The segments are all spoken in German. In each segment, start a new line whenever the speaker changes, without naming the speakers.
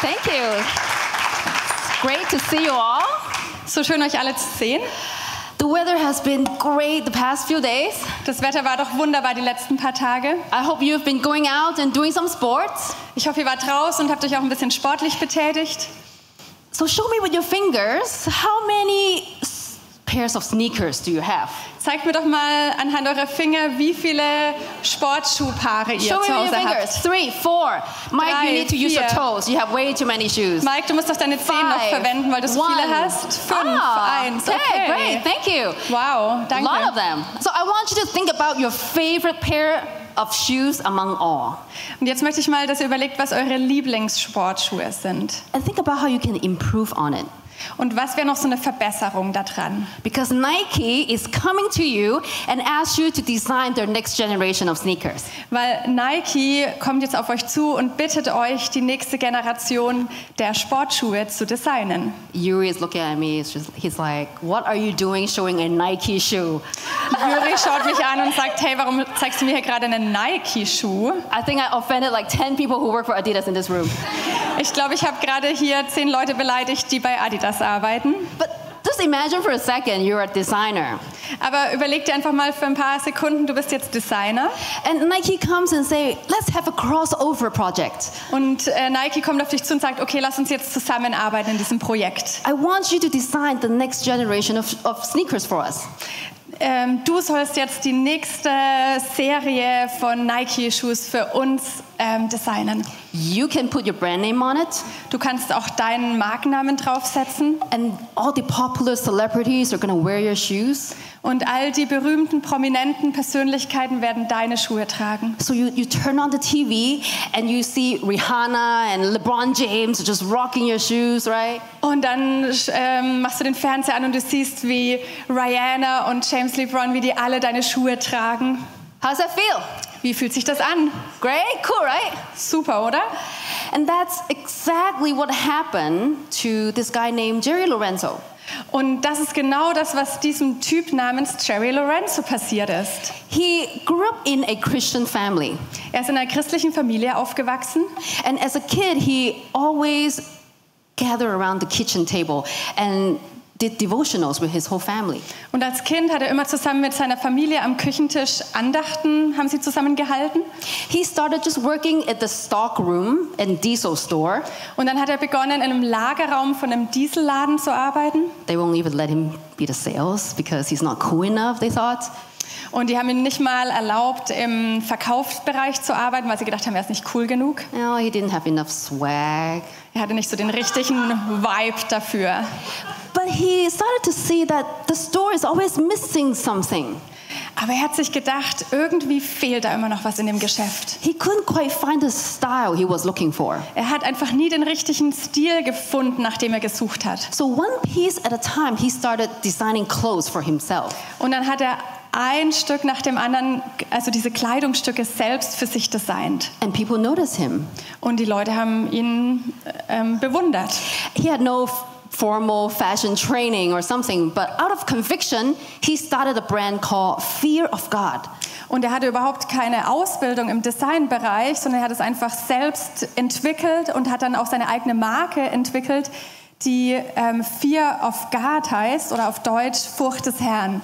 Thank you. It's great to see you all. So schön, euch alle zu sehen.
The weather has been great the past few days.
Das Wetter war doch wunderbar die letzten paar Tage.
I hope you've been going out and doing some sports.
Ich hoffe, ihr wart draußen und habt euch auch ein bisschen sportlich betätigt.
So show me with your fingers how many s- pairs of sneakers do you have?
Zeigt mir doch mal anhand eurer Finger, wie viele Sportschuhpaare ihr
show me with
zu
your
Hause habt.
fingers. Three, four. Mike,
Drei,
you need to use your
vier.
toes. You have way too many shoes.
Mike, du musst doch deine Zehen noch
Five,
verwenden, weil du so
one.
viele hast. Fünf,
Ah,
eins.
okay,
Okay,
great. Thank you.
Wow,
A lot of
danke.
them. So I want you to think about your favorite pair of shoes among all.
Und jetzt möchte ich mal, dass ihr überlegt, was eure Lieblingssportschuhe sind.
And think about how you can improve on it.
Und was wäre noch so eine Verbesserung daran?
Because Nike is coming to you and asks you to design their next generation of sneakers.
Weil Nike kommt jetzt auf euch zu und bittet euch, die nächste Generation der Sportschuhe zu designen.
Yuri is looking at me, it's just, he's like, What are you doing showing a Nike shoe?
Juri schaut mich an und sagt, hey, warum zeigst du mir hier gerade einen Nike-Schuh?
I think I offended like 10 people who work for Adidas in this room.
Ich glaube, ich habe gerade hier zehn Leute beleidigt, die bei Adidas arbeiten.
But just imagine for a second you're a designer.
Aber überleg dir einfach mal für ein paar Sekunden, du bist jetzt Designer.
And Nike comes and say, Let's have a crossover project.
Und äh, Nike kommt auf dich zu und sagt, okay, lass uns jetzt zusammenarbeiten in diesem Projekt.
I want you to design the next generation of, of sneakers for us.
Ähm, du sollst jetzt die nächste Serie von Nike-Shoes für uns ähm, designen.
You can put your brand name on it,
Du kannst auch deinen Markennamen draufsetzen.
and all the popular celebrities are gonna wear your shoes.
Und all die berühmten, prominenten Persönlichkeiten werden deine Schuhe tragen.
So you, you turn on the TV and you see Rihanna and LeBron James just rocking your shoes, right?
Und dann ähm, machst du den Fernseher an und du siehst, wie Rihanna und James LeBron, wie die alle deine Schuhe tragen.
How's that feel?
Wie fühlt sich das an?
Great, cool, right?
Super, oder?
And that's exactly what happened to this guy named Jerry Lorenzo.
Und das ist genau das, was diesem Typ namens Jerry Lorenzo passiert ist.
He grew up in a Christian family.
Er ist in einer christlichen Familie aufgewachsen
And as a kid, he always gathered around the kitchen table and did devotionals with his whole family.
und als Kind hat er immer zusammen mit seiner Familie am Küchentisch Andachten, haben sie zusammen gehalten.
He started just working at the stock room and diesel store.
Und dann hat er begonnen, in einem Lagerraum von einem Dieselladen zu arbeiten.
They won't even let him be the sales because he's not cool enough, they thought.
Und die haben ihn nicht mal erlaubt, im Verkaufsbereich zu arbeiten, weil sie gedacht haben, er ist nicht cool genug.
No, he didn't have enough swag.
Er hatte nicht so den richtigen Vibe dafür.
But he started to see that the store is always missing something.
Aber er hat sich gedacht, irgendwie fehlt da immer noch was in dem Geschäft.
He couldn't quite find the style he was looking for.
Er hat einfach nie den richtigen Stil gefunden, nach dem er gesucht hat.
So, one piece at a time, he started designing clothes for himself.
Und dann hat er ein Stück nach dem anderen, also diese Kleidungsstücke selbst für sich designt.
And people noticed him.
Und die Leute haben ihn ähm, bewundert.
He had no f- formal fashion training or something, but out of conviction, he started a brand called Fear of God.
Und er hatte überhaupt keine Ausbildung im Designbereich, sondern er hat es einfach selbst entwickelt und hat dann auch seine eigene Marke entwickelt, die ähm, Fear of God heißt oder auf Deutsch Furcht des Herrn.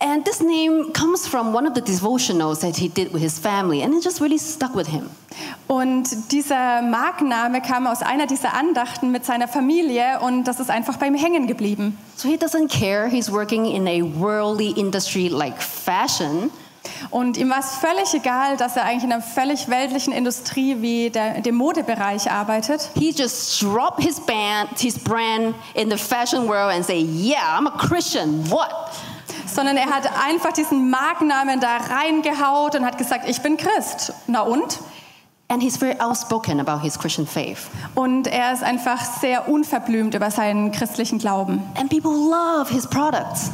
And this name comes from one of the devotionals that he did with his family, and it just really stuck with him.
Und dieser Markenname kam aus einer dieser Andachten mit seiner Familie und das ist einfach bei ihm hängen geblieben.
So he doesn't care, he's working in a worldly industry like fashion,
Und ihm war es völlig egal, dass er eigentlich in einer völlig weltlichen Industrie wie der, dem Modebereich arbeitet.
he just dropped his band, his brand in the fashion world and say, "Yeah, I'm a Christian. What?"
sondern er hat einfach diesen Markennamen da reingehaut und hat gesagt, ich bin Christ. Na und?
And he's very outspoken about his Christian faith.
Und er ist einfach sehr unverblümt über seinen christlichen Glauben.
And people love his products.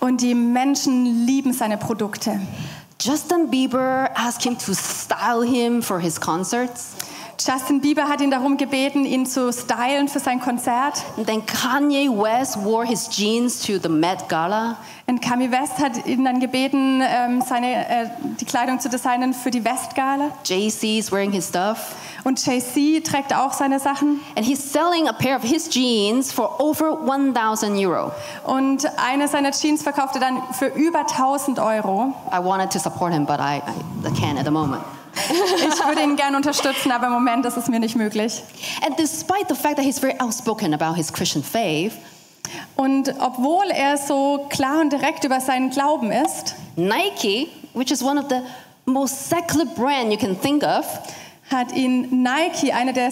Und die Menschen lieben seine Produkte.
Justin Bieber asked him to style him for his concerts.
Justin Bieber hat ihn darum gebeten, ihn zu stylen für sein Konzert.
And then Kanye West wore his jeans to the Met Gala.
Und Kanye West hat ihn dann gebeten, ähm, seine, äh, die Kleidung zu designen für die Westgala.
Jay-Z is wearing his stuff.
Und Jay-Z trägt auch seine Sachen.
And he's selling a pair of his jeans for over 1,000 euro.
Und eine seiner Jeans verkaufte dann für über 1000 Euro.
I wanted to support him, but I, I, I can't at the moment.
Ich würde ihn gerne unterstützen, aber im Moment ist es mir nicht möglich.
And despite the fact that he's very outspoken about his Christian faith,
Und obwohl er so klar und direkt über seinen Glauben ist,
Nike, which is one of the most secular brand you can think of,
hat ihn Nike, eine der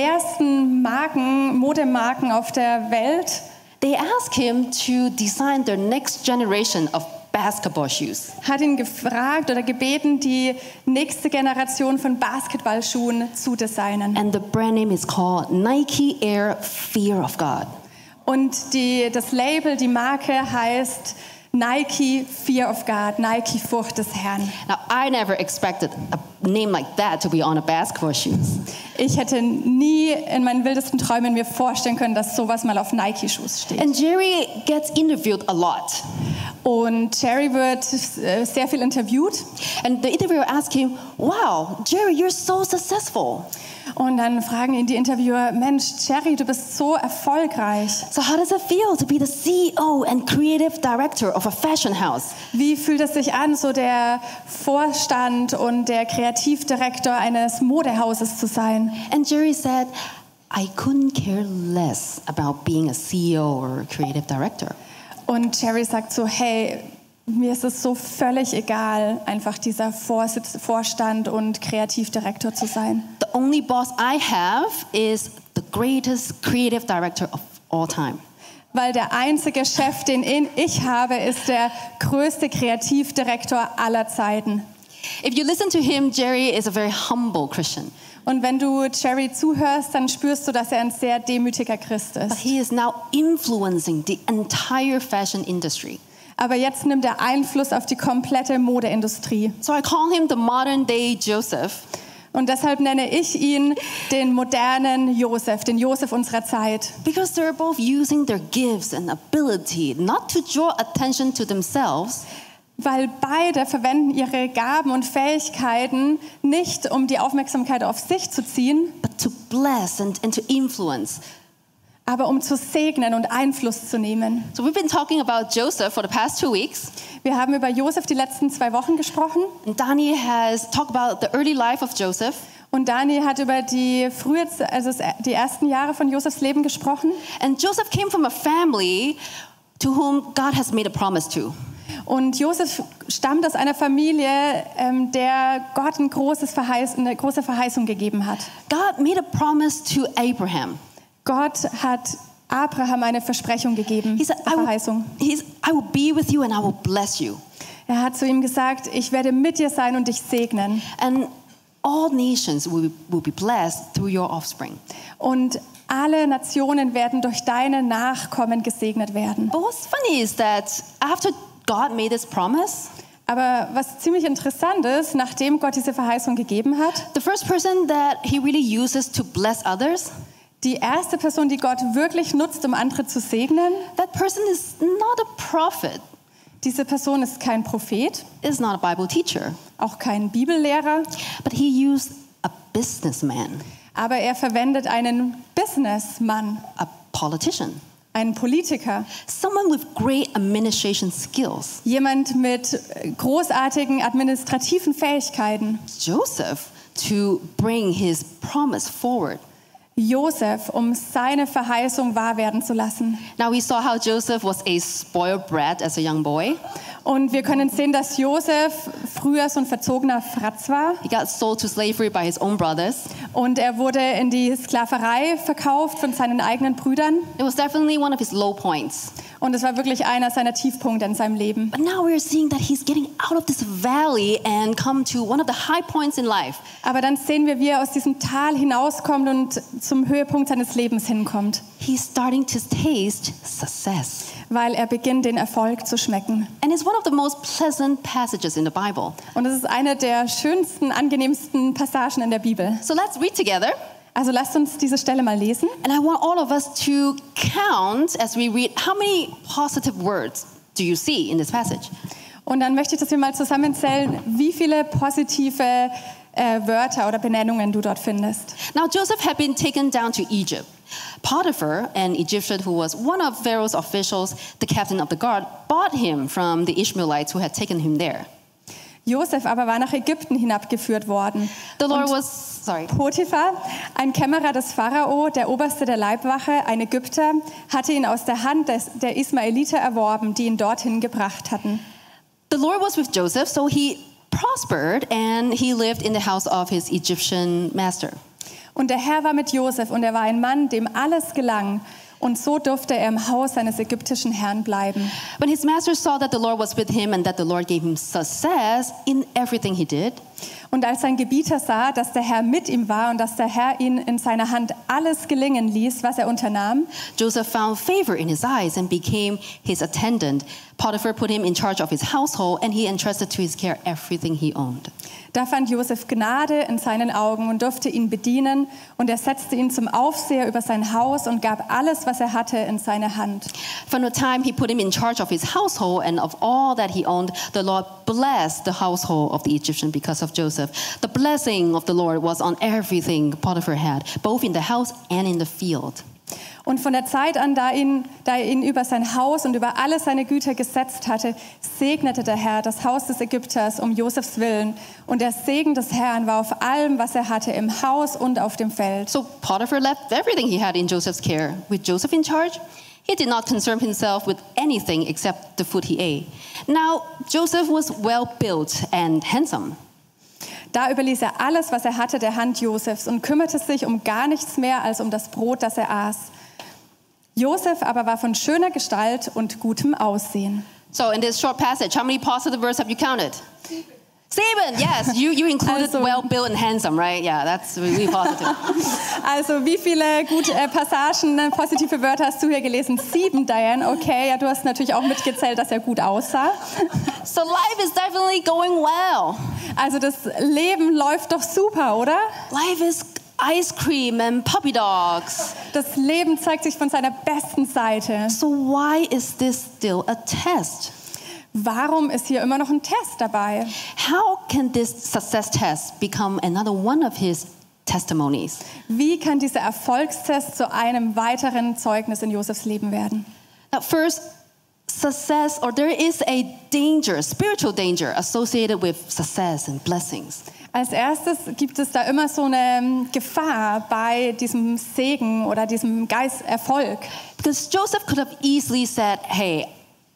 säkulärsten Marken, Modemarken auf der Welt,
they asked him to design their next generation of basketball shoes.
hat ihn gefragt oder gebeten, die nächste Generation von Basketballschuhen zu designen.
And the brand name is called Nike Air Fear of God.
Und die, das Label, die Marke heißt Nike Fear of God, Nike Furcht des Herrn.
Now, I never expected a name like that to be on a basketball shoes.
Ich hätte nie in meinen wildesten Träumen mir vorstellen können, dass sowas mal auf Nike-Shoes steht.
And Jerry gets interviewed a lot.
Und Jerry wird äh, sehr viel interviewt
And the interviewer asks him, Wow, Jerry, you're so successful.
und dann fragen ihn die Interviewer, Mensch, Jerry, du bist so erfolgreich.
So, how does it feel to be the CEO and creative director of a fashion house?
Wie fühlt es sich an, so der Vorstand und der Kreativdirektor eines Modehauses zu sein?
And Jerry said, I couldn't care less about being a CEO or a creative director.
Und Jerry sagt so, hey, mir ist es so völlig egal, einfach dieser Vorsitz Vorstand und Kreativdirektor zu sein.
The only boss I have is the greatest creative director of all time.
Weil der einzige Chef, den in- ich habe, ist der größte Kreativdirektor aller Zeiten.
If you listen to him, Jerry is a very humble Christian.
Und wenn du Jerry zuhörst, dann spürst du, dass er ein sehr demütiger Christ
But
ist.
he is now influencing the entire fashion industry.
Aber jetzt nimmt er Einfluss auf die komplette Modeindustrie.
So I call him the modern day Joseph.
Und deshalb nenne ich ihn den modernen Josef, den Josef unserer Zeit.
Because they're both using their gifts and ability not to draw attention to themselves,
Weil beide verwenden ihre Gaben und Fähigkeiten nicht, um die Aufmerksamkeit auf sich zu ziehen,
but to bless and, and to influence.
aber um zu segnen und Einfluss zu nehmen.
So we've been talking about Joseph for the past two weeks.
Wir haben über Josef die letzten zwei Wochen gesprochen
And Danny has talked about the early life of Joseph.
und Dani hat über die frühe, Z- also es- die ersten Jahre von Josefs Leben gesprochen.
And Joseph came from a family to whom God has made a promise to.
Und Josef stammt aus einer Familie, ähm, der Gott ein großes Verheiß, eine große Verheißung gegeben hat.
God made a promise to Abraham.
Gott hat Abraham eine Versprechung gegeben,
He said,
eine
I
Verheißung.
will, he's, I will be with you and I will bless you.
Er hat zu ihm gesagt, ich werde mit dir sein und dich segnen.
And all nations will, will be blessed through your offspring.
Und alle Nationen werden durch deine Nachkommen gesegnet werden.
But what's funny is that after God made this promise,
Aber was ziemlich interessant ist, nachdem Gott diese Verheißung gegeben hat,
the first person that he really uses to bless others,
die erste Person, die Gott wirklich nutzt, um andere zu segnen,
that person is not a prophet,
diese Person ist kein Prophet,
is not a Bible teacher,
auch kein Bibellehrer,
but he used a businessman,
aber er verwendet einen Businessmann,
a politician,
einen Politiker,
someone with great administration skills.
jemand mit großartigen administrativen Fähigkeiten.
Joseph to bring his promise forward.
Josef, um seine Verheißung wahr werden zu lassen.
Now we saw how Joseph was a spoiled brat as a young boy.
Und wir können sehen, dass Josef früher so ein verzogener Fratz war
He got sold to slavery by his own brothers.
und er wurde in die Sklaverei verkauft von seinen eigenen Brüdern
It was definitely one of his low points.
Und es war wirklich einer seiner Tiefpunkte in seinem Leben.
But now we're seeing that he's getting out of this valley and come to one of the high points in life.
Aber dann sehen wir, wie er aus diesem Tal hinauskommt und zum Höhepunkt seines Lebens hinkommt,
He's starting to taste success.
weil er beginnt, den Erfolg zu schmecken.
And it's one of the most pleasant passages in the Bible.
Und es ist eine der schönsten, angenehmsten Passagen in der Bibel.
So let's read together.
Also lasst uns diese Stelle mal lesen.
And I want all of us to count as we read how many positive words do you see in this passage?
Und dann möchte ich, dass wir mal zusammenzählen, wie viele positive äh, Wörter oder Benennungen du dort findest.
Now, Joseph had been taken down to Egypt. Potiphar, an Egyptian who was one of Pharaoh's officials, the captain of the guard, bought him from the Ishmaelites who had taken him there.
Josef aber war nach Ägypten hinabgeführt worden.
The Lord was, sorry.
Potiphar, ein Kämmerer des Pharao, der Oberste der Leibwache, ein Ägypter, hatte ihn aus der Hand des, der Ismaeliter erworben, die ihn dorthin gebracht hatten.
The Lord was with Joseph, so he prospered and he lived in the house of his Egyptian master.
Und der Herr war mit Josef und er war ein Mann, dem alles gelang. Und so durfte er im Haus seines ägyptischen Herrn bleiben.
When his master saw that the Lord was with him and that the Lord gave him success in everything he did,
Und als sein Gebieter sah, dass der Herr mit ihm war und dass der Herr ihn in seiner Hand alles gelingen ließ, was er unternahm,
Joseph found favor in his eyes and became his attendant. Potiphar put him in charge of his household and he entrusted to his care everything he owned.
da fand Josef Gnade in seinen Augen und durfte ihn bedienen. Und er setzte ihn zum Aufseher über sein Haus und gab alles, was er hatte, in seine Hand.
From the time he put him in charge of his household and of all that he owned, the Lord blessed the household of the Egyptian because of Joseph. The blessing of the Lord was on everything Potiphar had, both in the house and in the field.
Und von der Zeit an, da, ihn, da er ihn über sein Haus und über alle seine Güter gesetzt hatte, segnete der Herr das Haus des Ägypters um Josefs Willen. Und der Segen des Herrn war auf allem, was er hatte, im Haus und auf dem Feld.
So Potiphar left everything he had in Joseph's care. With Joseph in charge, he did not concern himself with anything except the food he ate. Now, Joseph was well built and handsome.
Da überließ er alles, was er hatte, der Hand Josefs und kümmerte sich um gar nichts mehr als um das Brot, das er aß. Josef aber war von schöner Gestalt und gutem Aussehen.
So, in this short passage, how many positive words have you counted? Seven, yes, you, you included
Awesome.
well built and handsome, right? Yeah, that's really positive.
Also wie viele gute äh, Passagen, äh, positive Wörter hast du hier gelesen? Sieben, Diane. Okay, ja, du hast natürlich auch mitgezählt, dass er gut aussah.
so, life is definitely going well.
Also das Leben läuft doch super, oder?
Life is ice cream and puppy dogs.
Das Leben zeigt sich von seiner besten Seite.
So, why is this still a test?
Warum ist hier immer noch ein Test dabei?
How can this success test become another one of his testimonies?
Wie kann dieser Erfolgstest zu einem weiteren Zeugnis in Josefs Leben werden?
Now, first, success, or there is a danger, spiritual danger, associated with success and blessings.
Als erstes gibt es da immer so eine ähm, Gefahr bei diesem Segen oder diesem Geist Erfolg.
Because Joseph could have easily said, Hey,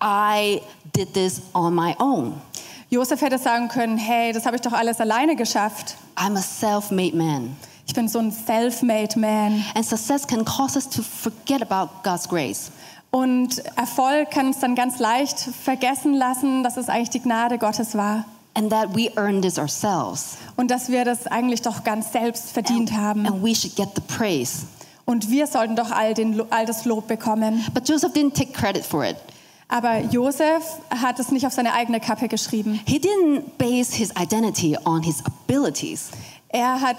I did this on my own.
Josef hätte sagen können, hey, das habe ich doch alles alleine geschafft.
I'm a self made man.
Ich bin so ein self-made man.
And success can cause us to forget about God's grace.
Und Erfolg kann uns dann ganz leicht vergessen lassen, dass es eigentlich die Gnade Gottes war
And that we earn this ourselves.
und dass wir das eigentlich doch ganz selbst verdient haben.
And we should get the praise.
Und wir sollten doch all, den, Lo- all das Lob bekommen.
But Joseph didn't take credit for it.
Aber Josef hat es nicht auf seine eigene Kappe geschrieben.
He didn't base his identity on his abilities,
Er hat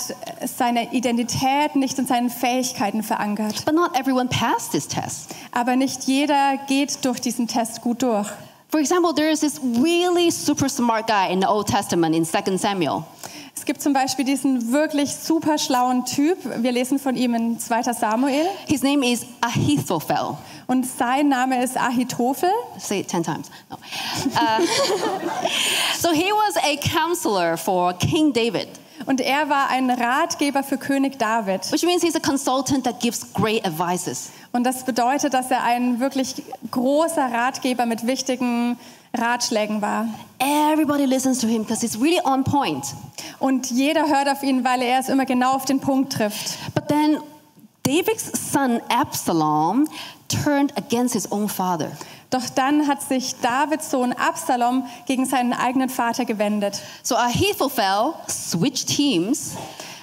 seine Identität nicht in seinen Fähigkeiten verankert.
but not everyone passed this test.
Aber nicht jeder geht durch diesen Test gut durch.
For example, there is this really super smart guy in the Old Testament in 2 Samuel.
Es gibt zum Beispiel diesen wirklich super schlauen Typ. Wir lesen von ihm in 2. Samuel.
His name is Ahithophel.
Und sein Name ist Ahitophel.
Say it 10 times. No. Uh, so he was a counselor for King David,
Und er war ein Ratgeber für König David.
which means he's a consultant that gives great advices.
Und das bedeutet, dass er ein wirklich großer Ratgeber mit wichtigen Ratschlägen war.
Everybody listens to him because he's really on point.
Und jeder hört auf ihn, weil er es immer genau auf den Punkt trifft.
But then David's son Absalom turned against his own father.
Doch dann hat sich Davids Sohn Absalom gegen seinen eigenen Vater gewendet.
So Ahithophel switched teams.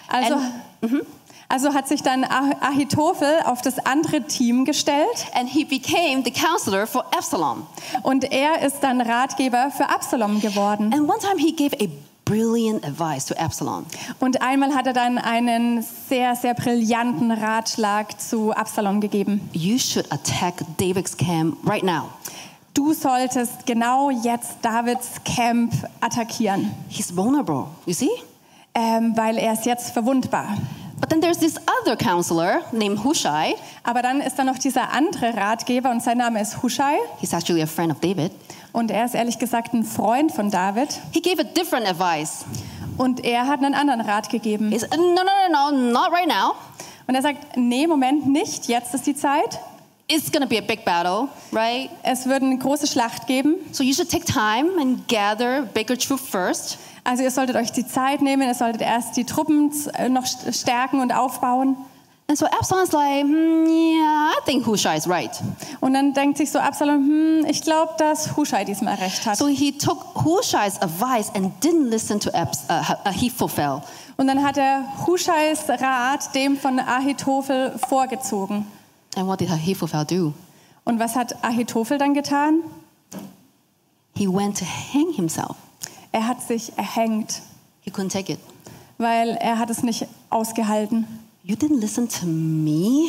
Also,
And-
also hat sich dann Ah- Ahitophel auf das andere Team gestellt
and he became the counselor for Absalom.
und er ist dann Ratgeber für Absalom geworden.
And one time he gave a brilliant advice to Absalom.
Und einmal hat er dann einen sehr, sehr brillanten Ratschlag zu Absalom gegeben.
You should attack David's camp right now.
Du solltest genau jetzt Davids Camp attackieren,
He's vulnerable, you see?
ähm, weil er ist jetzt verwundbar.
But then there's this other counselor named Hushai.
Aber dann ist da noch dieser andere Ratgeber und sein Name ist Hushai
He's actually a friend of David.
und er ist ehrlich gesagt ein Freund von David
He gave a different advice.
und er hat einen anderen Rat gegeben.
He said, no, no, no, no, not right now.
Und er sagt, nee, Moment, nicht, jetzt ist die Zeit.
It's going to be a big battle, right?
Es wird eine große Schlacht geben.
So you should take time and gather bigger troop first.
Also ihr solltet euch die Zeit nehmen, ihr solltet erst die Truppen äh, noch st- stärken und aufbauen.
And so Absalom's like, hmm, yeah, I think Hushai is right.
Und dann denkt sich so Absalom, hm, ich glaube, dass Hushai diesmal recht hat.
So he took Hushai's advice and didn't listen to Abs- uh, Ahithophel.
Und dann hat er Hushais Rat dem von Ahitophel vorgezogen.
And what did Ahithophel do?
Und was hat Ahitophel dann getan?
He went to hang himself.
Er hat sich erhängt,
He couldn't take it.
weil er hat es nicht ausgehalten.
You didn't listen to me?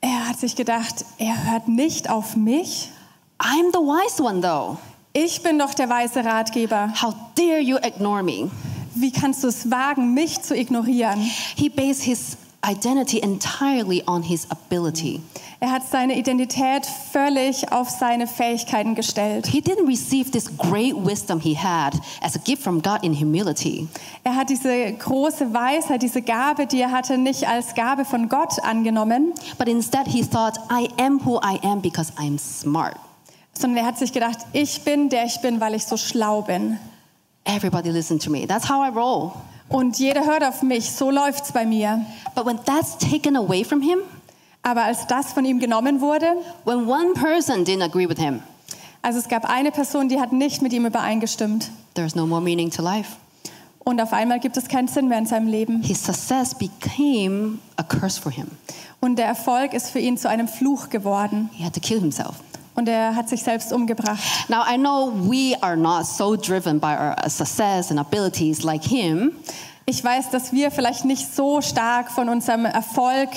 Er hat sich gedacht, er hört nicht auf mich.
I'm the wise one, though.
Ich bin doch der weise Ratgeber.
How dare you ignore me?
Wie kannst du es wagen, mich zu ignorieren?
He based his identity entirely on his ability.
Er hat seine Identität völlig auf seine Fähigkeiten gestellt.
He didn't receive this great wisdom he had as a gift from God in humility.
Er hat diese große Weisheit, diese Gabe, die er hatte, nicht als Gabe von Gott angenommen,
But instead, he thought, I am who I am because I'm smart.
sondern er hat sich gedacht, ich bin der ich bin, weil ich so schlau bin.
Everybody listen to me. That's how I roll.
Und jeder hört auf mich, so läuft's bei mir.
But when that's taken away from him,
Aber als das von ihm genommen wurde,
when one person didn't agree with him,
also es gab eine Person, die hat nicht mit ihm übereingestimmt.
there's no more meaning to life.
Und auf einmal gibt es keinen Sinn mehr in seinem Leben.
His success became a curse for him.
Und der Erfolg ist für ihn zu einem Fluch geworden.
He had to kill himself.
Und er hat sich selbst umgebracht.
Now, I know we are not so driven by our success and abilities like him,
Ich weiß, dass wir vielleicht nicht so stark von unserem Erfolg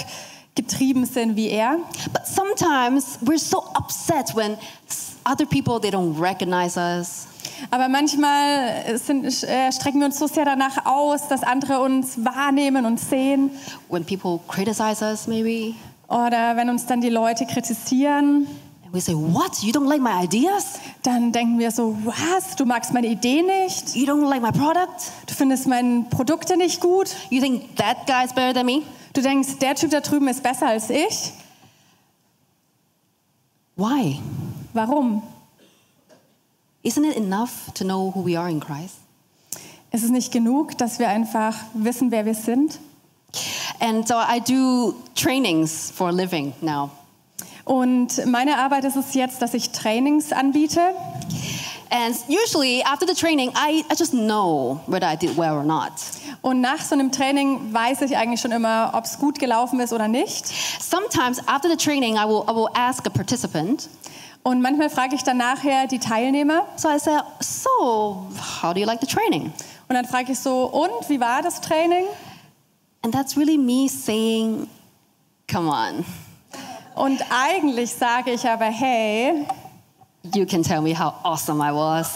getrieben sind wie er.
but sometimes we're so upset when s- other people they don't recognize us.
Aber manchmal sind, äh, strecken wir uns so sehr danach aus, dass andere uns wahrnehmen und sehen.
When people criticize us, maybe,
Oder wenn uns dann die Leute kritisieren,
and we say, What? You don't like my ideas?
dann denken wir so, was, du magst meine Idee nicht?
You don't like my product?
Du findest meine Produkte nicht gut?
You think that guy's better than me?
Du denkst, der Typ da drüben ist besser als ich?
Why?
Warum?
Isn't it enough to know who we are in Christ?
Ist es nicht genug, dass wir einfach wissen, wer wir sind?
And so I do trainings for a living now.
Und meine Arbeit ist es jetzt, dass ich Trainings anbiete.
And usually after the training, I, I just know whether I did well or not.
Und nach so einem Training weiß ich eigentlich schon immer, ob es gut gelaufen ist oder nicht.
Sometimes after the training, I will, I will ask a participant.
Und manchmal frage ich dann nachher die Teilnehmer
So I said, So, how do you like the training?
und dann frage ich so, und wie war das Training?
And that's really me saying, Come on,
Und eigentlich sage ich aber, hey,
you can tell me how awesome I was.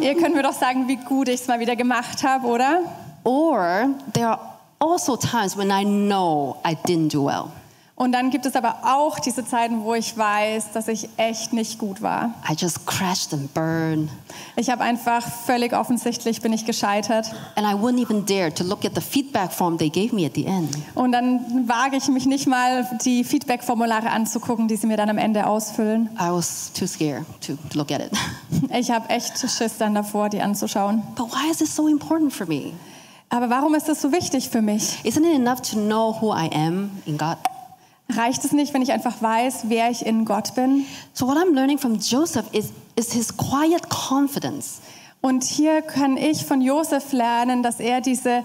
ihr könnt mir doch sagen, wie gut ich es mal wieder gemacht habe, oder?
Or there are also times when I know I didn't do well.
Und dann gibt es aber auch diese Zeiten, wo ich weiß, dass ich echt nicht gut war.
I just crashed and burned.
Ich habe einfach völlig offensichtlich bin ich gescheitert.
And I wouldn't even dare to look at the feedback form they gave me at the end.
Und dann wage ich mich nicht mal, die Feedback-Formulare anzugucken, die sie mir dann am Ende ausfüllen.
I was too scared to, to look at it.
Ich habe echt Schiss dann davor, die anzuschauen.
but why is this so important for me?
Aber warum ist das so wichtig für mich?
Isn't it enough to know who I am in God?
Reicht es nicht, wenn ich einfach weiß, wer ich in Gott bin?
So what I'm learning from Joseph is, is his quiet confidence.
Und hier kann ich von Josef lernen, dass er diese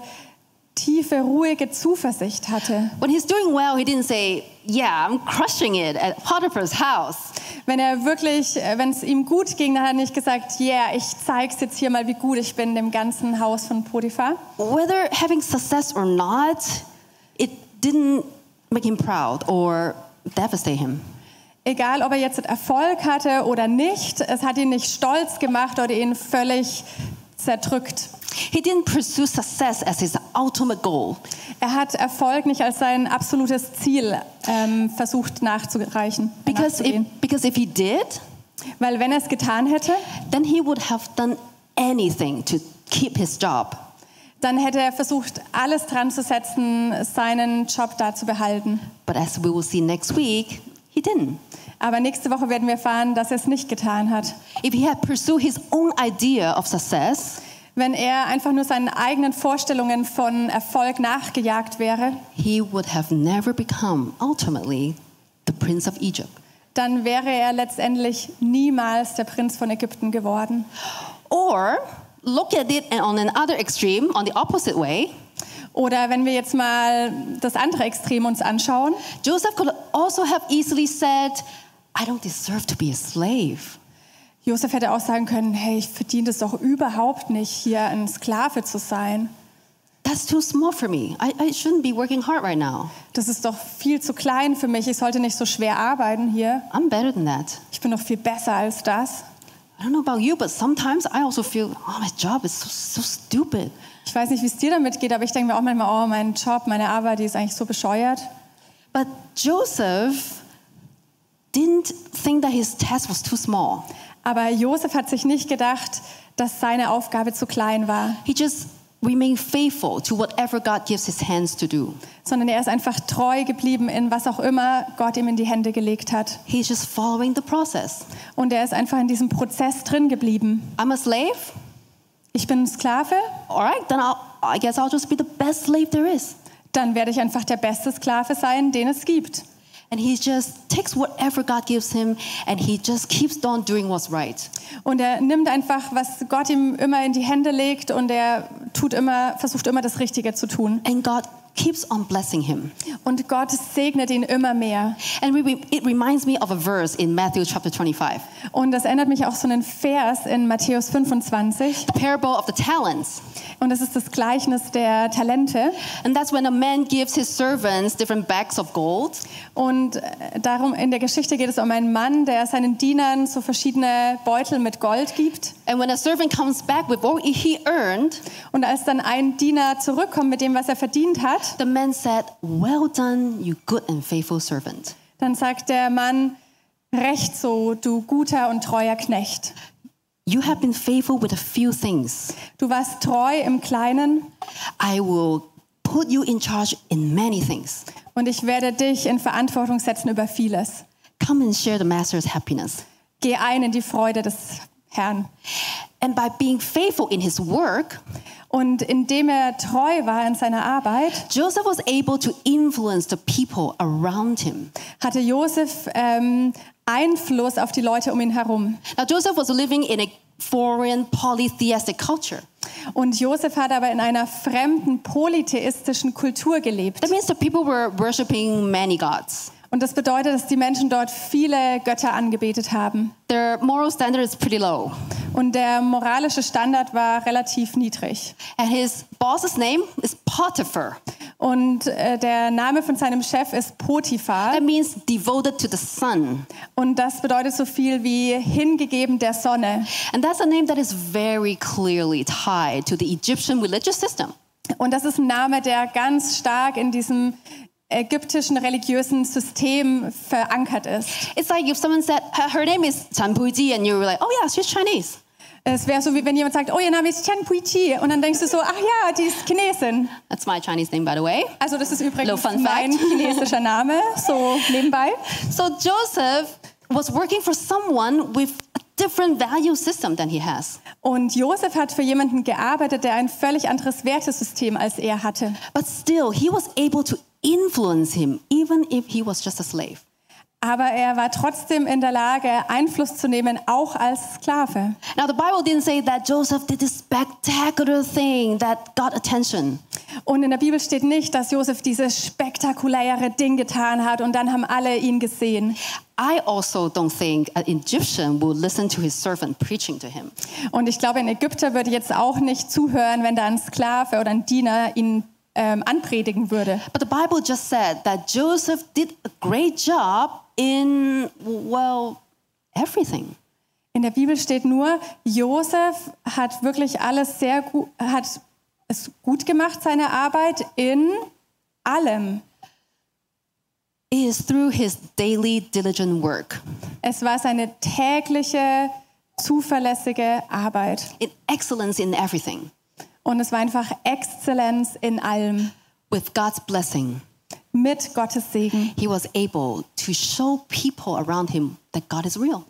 tiefe, ruhige Zuversicht hatte.
When he's doing well, he didn't say, "Yeah, I'm crushing it at Potiphar's house."
Wenn er wirklich, äh, wenn es ihm gut ging, dann hat er nicht gesagt, yeah, ich zeig's jetzt hier mal, wie gut ich bin dem ganzen Haus von Potiphar.
Whether having success or not, it didn't make him proud or devastate him.
Egal, ob er jetzt Erfolg hatte oder nicht, es hat ihn nicht stolz gemacht oder ihn völlig zerdrückt.
He didn't pursue success as his ultimate goal.
Er hat Erfolg nicht als sein absolutes Ziel ähm, versucht nachzureichen.
Because if,
nachzugehen.
because if he did,
Weil wenn er es getan hätte,
then he would have done anything to keep his job.
dann hätte er versucht, alles dran zu setzen, seinen Job da zu behalten.
But as we will see next week, he didn't.
Aber nächste Woche werden wir erfahren, dass er es nicht getan hat.
If he had pursued his own idea of success,
Wenn er einfach nur seinen eigenen Vorstellungen von Erfolg nachgejagt wäre,
he would have never become ultimately the prince of Egypt.
dann wäre er letztendlich niemals der Prinz von Ägypten geworden.
Or look at it and on another extreme, on the opposite way,
Oder wenn wir jetzt mal das andere Extrem uns anschauen,
Joseph could also have easily said, I don't deserve to be a slave.
Josef hätte auch sagen können, hey, ich verdiene es doch überhaupt nicht, hier ein Sklave zu sein.
That's too small for me. I, I shouldn't be working hard right now.
Das ist doch viel zu klein für mich. Ich sollte nicht so schwer arbeiten hier.
I'm better than that.
Ich bin doch viel besser als das.
I don't know about you, but sometimes I also feel, oh, my job is so, so stupid.
Ich weiß nicht, wie es dir damit geht, aber ich denke mir auch manchmal, oh, mein Job, meine Arbeit, die ist eigentlich so bescheuert.
But Joseph didn't think that his task was too small.
Aber Josef hat sich nicht gedacht, dass seine Aufgabe zu klein war,
He just remained faithful to whatever God gives his hands to do.
sondern er ist einfach treu geblieben in was auch immer Gott ihm in die Hände gelegt hat.
He's just following the process.
Und er ist einfach in diesem Prozess drin geblieben.
I'm a slave.
Ich bin Sklave,
All right, then I'll, I guess I'll just be the best slave there is.
dann werde ich einfach der beste Sklave sein, den es gibt.
And he just takes whatever God gives him and he just keeps on doing what's right.
Und er nimmt einfach, was Gott ihm immer in die Hände legt und er tut immer, versucht immer das Richtige zu tun.
And God keeps on blessing him.
Und Gott segnet ihn immer mehr.
And we, we- it reminds me of a verse in Matthew chapter 25,
Und das erinnert mich auch so einen Vers in Matthäus 25.
the parable of the talents.
Und das ist das Gleichnis der Talente.
And that's when a man gives his servants different bags of gold.
Und äh, darum, in der Geschichte geht es um einen Mann, der seinen Dienern so verschiedene Beutel mit Gold gibt.
And when a servant comes back with what he earned,
Und als dann ein Diener zurückkommt mit dem, was er verdient hat,
the man said, Well done, you good and faithful servant.
dann sagt der Mann, recht so, du guter und treuer Knecht.
You have been faithful with a few things.
Du warst treu im Kleinen
I will put you in charge in many things.
und ich werde dich in Verantwortung setzen über vieles.
Come and share the master's happiness.
Geh ein in die Freude des Herrn.
And by being faithful in his work,
Und indem er treu war in seiner Arbeit,
Joseph was able to influence the people around him.
hatte Josef ähm, Einfluss auf die Leute um ihn herum.
Now, Joseph was living in a foreign polytheistic culture.
Und Josef hat aber in einer fremden polytheistischen Kultur gelebt.
That means the people were worshiping many gods.
Und das bedeutet, dass die Menschen dort viele Götter angebetet haben.
Their moral standard is pretty low.
Und der moralische Standard war relativ niedrig.
And his boss's name is Potiphar.
Und äh, der Name von seinem Chef ist Potiphar.
That means devoted to the sun.
Und das bedeutet so viel wie hingegeben der Sonne.
And that's a name that is very clearly tied to the Egyptian religious system.
Und das ist ein Name, der ganz stark in diesem ägyptischen religiösen System verankert ist.
It's like if someone said, "Her- her name is Chan Puji, and you were like, oh yeah, she's Chinese.
Es wäre so, wie wenn jemand sagt, oh, ihr Name ist Chen Puichi. Und dann denkst du so, ach ja, die ist Chinesin.
That's my Chinese name, by the way.
Also das ist
Little
übrigens
fun fact.
mein chinesischer Name, so nebenbei.
So Joseph was working for someone with a different value system than he has.
Und Josef hat für jemanden gearbeitet, der ein völlig anderes Wertesystem als er hatte.
But still, he was able to influence him, even if he was just a slave.
Aber er war trotzdem in der Lage, Einfluss zu nehmen, auch als Sklave.
Now, the Bible didn't say that Joseph did this spectacular thing that got attention.
Und in der Bibel steht nicht, dass Josef dieses spektakuläre Ding getan hat und dann haben alle ihn gesehen.
I also don't think an Egyptian would listen to his servant preaching to him.
Und ich glaube, ein Ägypter würde jetzt auch nicht zuhören, wenn da ein Sklave oder ein Diener ihn ähm, anpredigen würde.
But the Bible just said that Joseph did a great job in, well, everything.
In der Bibel steht nur, Josef hat wirklich alles sehr gut, hat es gut gemacht, seine Arbeit in allem.
It is through his daily diligent work,
Es war seine tägliche, zuverlässige Arbeit.
in excellence in everything,
Und es war einfach Exzellenz in allem.
with God's blessing.
Mit Gottes Segen.
He was able to show people around him that God is real.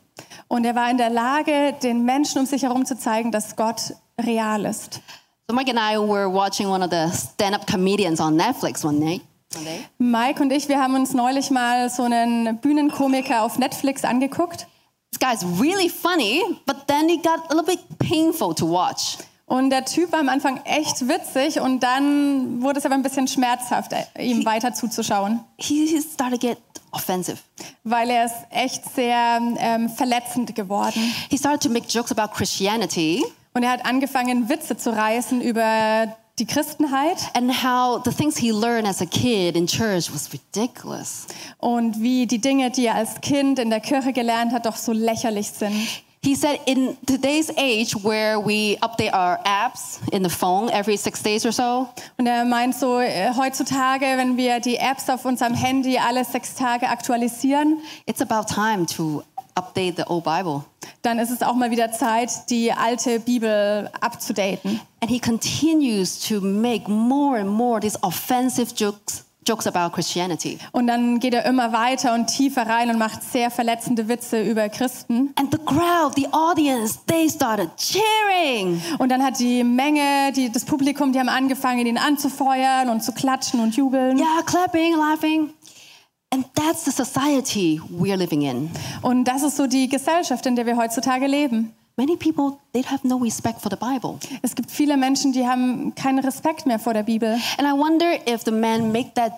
Und er war in der Lage, den Menschen um sich herum zu zeigen, dass Gott real ist.
So Mike and I were watching one of the stand-up comedians on Netflix one night. One day.
Mike und ich, wir haben uns neulich mal so einen Bühnenkomiker auf Netflix angeguckt.
This guy's really funny, but then it got a little bit painful to watch.
Und der Typ war am Anfang echt witzig und dann wurde es aber ein bisschen schmerzhaft, äh, ihm weiter zuzuschauen,
He, he started to get offensive.
weil er ist echt sehr ähm, verletzend geworden.
He started to make jokes about Christianity
Und er hat angefangen, Witze zu reißen über die Christenheit
and how the things he learned as a kid in church was ridiculous.
und wie die Dinge, die er als Kind in der Kirche gelernt hat, doch so lächerlich sind.
He said, in today's age where we update our apps in the phone every six days or so,
Und er meint so, äh, heutzutage, wenn wir die Apps auf unserem Handy alle sechs Tage aktualisieren,
it's about time to update the old Bible.
dann ist es auch mal wieder Zeit, die alte Bibel abzudaten.
And he continues to make more and more these offensive jokes, jokes about Christianity.
Und dann geht er immer weiter und tiefer rein und macht sehr verletzende Witze über Christen.
And the crowd, the audience, they started cheering.
Und dann hat die Menge, die, das Publikum, die haben angefangen, ihn anzufeuern und zu klatschen und jubeln.
Yeah, clapping, laughing. And that's the society we're living in.
Und das ist so die Gesellschaft, in der wir heutzutage leben.
Many people, they have no respect for the Bible.
Es gibt viele Menschen, die haben keinen Respekt mehr vor der Bibel.
And I wonder if the man make that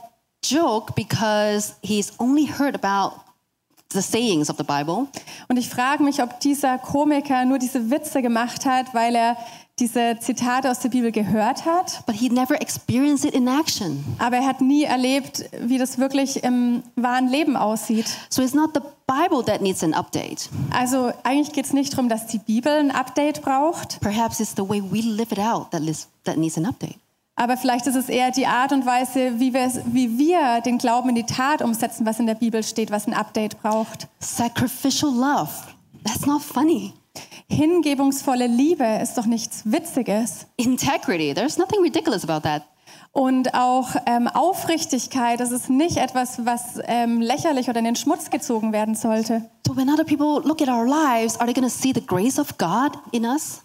joke because he's only heard about the sayings of the Bible
Und ich frage mich, ob dieser Komiker nur diese Witze gemacht hat, weil er diese Zitate aus der Bibel gehört hat.
but he never experienced it in action.
Aber er hat nie erlebt, wie das wirklich im wahren Leben aussieht.
So it's not the Bible that needs an update.
Also eigentlich geht es nicht darum, dass die Bibel ein Update braucht,
Perhaps it's the way we live it out that, lis- that needs an update.
aber vielleicht ist es eher die Art und Weise, wie wir, es- wie wir den Glauben in die Tat umsetzen, was in der Bibel steht, was ein Update braucht.
Sacrificial love, that's not funny.
Hingebungsvolle Liebe ist doch nichts Witziges.
Integrity, there's nothing ridiculous about that.
Und auch ähm, Aufrichtigkeit, das ist nicht etwas, was ähm, lächerlich oder in den Schmutz gezogen werden sollte.
So when other people look at our lives, are they going to see the grace of God in us?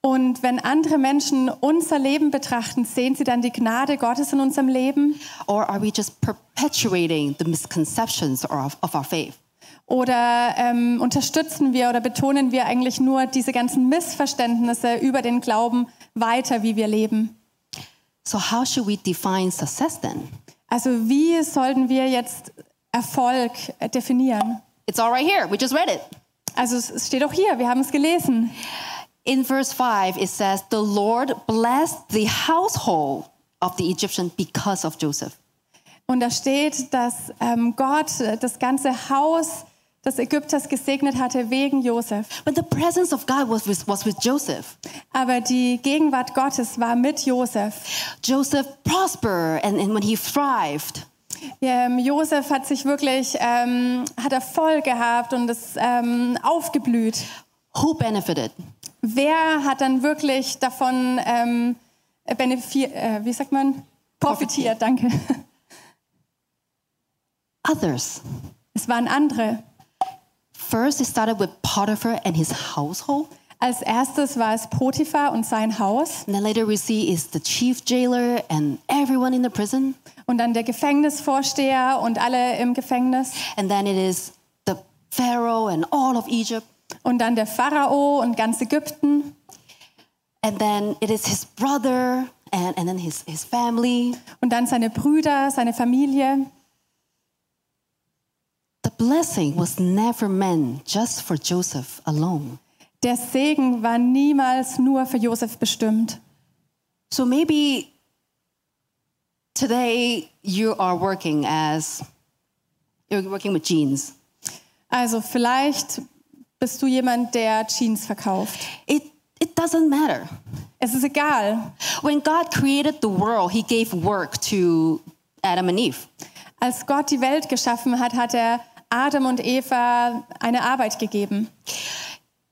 Und wenn andere Menschen unser Leben betrachten, sehen sie dann die Gnade Gottes in unserem Leben?
Or are we just perpetuating the misconceptions of, of our faith?
Oder ähm, unterstützen wir oder betonen wir eigentlich nur diese ganzen Missverständnisse über den Glauben weiter, wie wir leben?
So how should we define success then?
Also wie sollten wir jetzt Erfolg äh, definieren?
It's all right here. We just read it.
Also es- es steht auch hier, wir haben es gelesen.
In verse 5, it says, The Lord blessed the household of the Egyptian because of Joseph.
Und da steht, dass ähm, Gott äh, das ganze Haus des Ägypters gesegnet hatte wegen Josef.
But the presence of God was with, was with Joseph.
Aber die Gegenwart Gottes war mit Josef.
Joseph prospered, and, and when he thrived,
Ähm, Josef hat sich wirklich, ähm, hat Erfolg gehabt und ist ähm, aufgeblüht.
who benefited?
Wer hat dann wirklich davon ähm, benefi- äh, wie sagt man? profitiert? Danke.
Others.
Es waren andere.
First, it started with Potiphar and his household.
Als erstes war es Potiphar und sein Haus
And then later we see is the chief jailer and everyone in the prison.
und dann der Gefängnisvorsteher und alle im Gefängnis
And then it is the Pharaoh and all of Egypt.
und dann der Pharao und ganz Ägypten
And then it is his brother and, and then his, his family.
und dann seine Brüder, seine Familie.
The blessing was never meant just for Joseph alone.
Der Segen war niemals nur für Josef bestimmt.
So maybe today you are working as you're working with jeans.
Also vielleicht bist du jemand, der Jeans verkauft.
It it doesn't matter.
Es ist egal.
When God created the world, he gave work to Adam and Eve.
Als Gott die Welt geschaffen hat, hat er Adam und Eva eine Arbeit gegeben.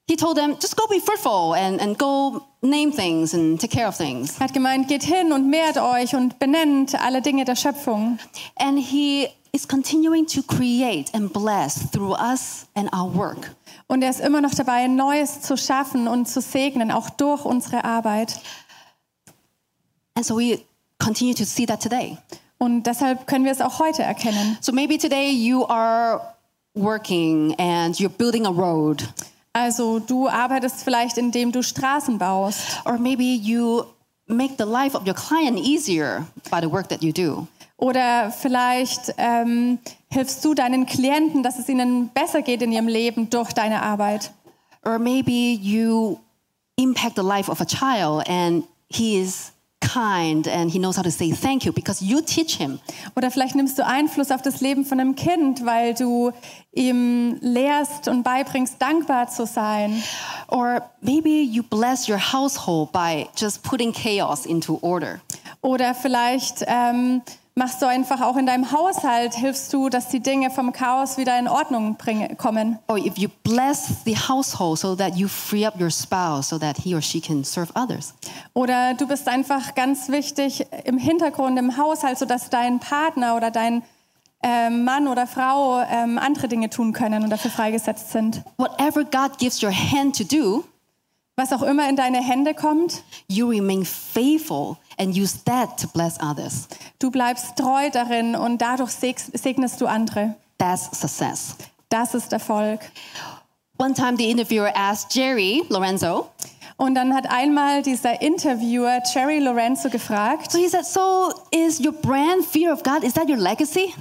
He told them, just go be fruitful and, and go name things and take care of things.
Er hat gemeint, geht hin und mehrt euch und benennt alle Dinge der Schöpfung.
And he is continuing to create and bless through us and our work.
Und er ist immer noch dabei, Neues zu schaffen und zu segnen, auch durch unsere Arbeit.
And so we continue to see that today.
Und deshalb können wir es auch heute erkennen.
So maybe today you are working and you're building a road,
Also du arbeitest vielleicht, indem du Straßen baust
or maybe you make the life of your client easier by the work that you do.
oder vielleicht ähm, hilfst du deinen Klienten, dass es ihnen besser geht in ihrem Leben durch deine Arbeit.
Or maybe you impact the life of a child and he is kind and he knows how to say thank you because you teach him.
Oder vielleicht nimmst du Einfluss auf das Leben von einem Kind, weil du ihm lehrst und beibringst, dankbar zu sein.
Or maybe you bless your household by just putting chaos into order.
Oder vielleicht ähm, machst du einfach auch in deinem Haushalt, hilfst du, dass die Dinge vom Chaos wieder in Ordnung bringe, kommen.
Or if you bless the household so that you free up your spouse so that he or she can serve others.
Oder du bist einfach ganz wichtig im Hintergrund, im Haushalt, sodass dein Partner oder dein ähm, Mann oder Frau ähm, andere Dinge tun können und dafür freigesetzt sind.
Whatever God gives your hand to do,
Was auch immer in deine Hände kommt,
you remain faithful and use that to bless others.
du bleibst treu darin und dadurch seg- segnest du andere.
That's success.
Das ist Erfolg.
One time the interviewer asked Jerry Lorenzo,
Und dann hat einmal dieser Interviewer Jerry Lorenzo gefragt,
so he said, So is your brand fear of God? Is that your legacy?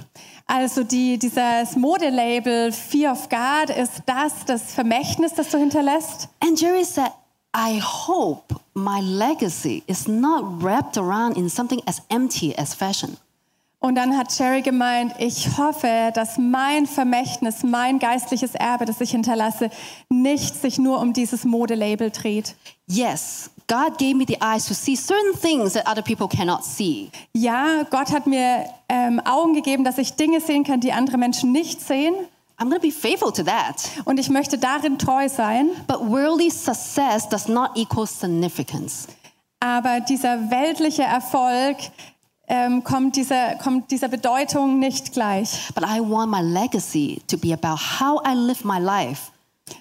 Also die, dieses Modelabel Fear of God, ist das das Vermächtnis, das du hinterlässt?
And Jerry said, I hope my legacy is not wrapped around in something as empty as fashion.
Und dann hat Sherry gemeint, ich hoffe, dass mein Vermächtnis, mein geistliches Erbe, das ich hinterlasse, nicht sich nur um dieses Modelabel dreht.
Yes, God gave me the eyes to see certain things that other people cannot see.
Ja, Gott hat mir ähm, Augen gegeben, dass ich Dinge sehen kann, die andere Menschen nicht sehen.
I'm going to be faithful to that.
Und ich möchte darin treu sein.
But worldly success does not equal significance.
Aber dieser weltliche Erfolg ähm, kommt, dieser, kommt dieser Bedeutung nicht gleich.
But I want my legacy to be about how I live my life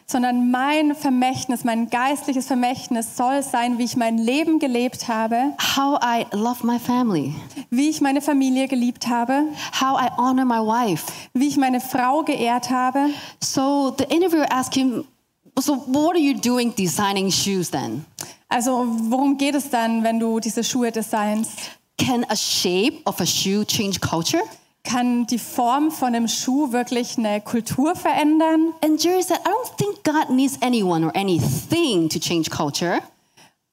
sondern mein Vermächtnis, mein geistliches Vermächtnis soll sein, wie ich mein Leben gelebt habe,
how I love my family,
wie ich meine Familie geliebt habe,
how I honor my wife.
wie ich meine Frau geehrt habe.
So the interviewer asked him, So what are you doing designing shoes then?
Also worum geht es dann, wenn du diese Schuhe designst?
Can a shape of a shoe change culture?
Kann die Form von einem Schuh wirklich eine Kultur verändern?
And Jerry said, I don't think God needs anyone or anything to change culture.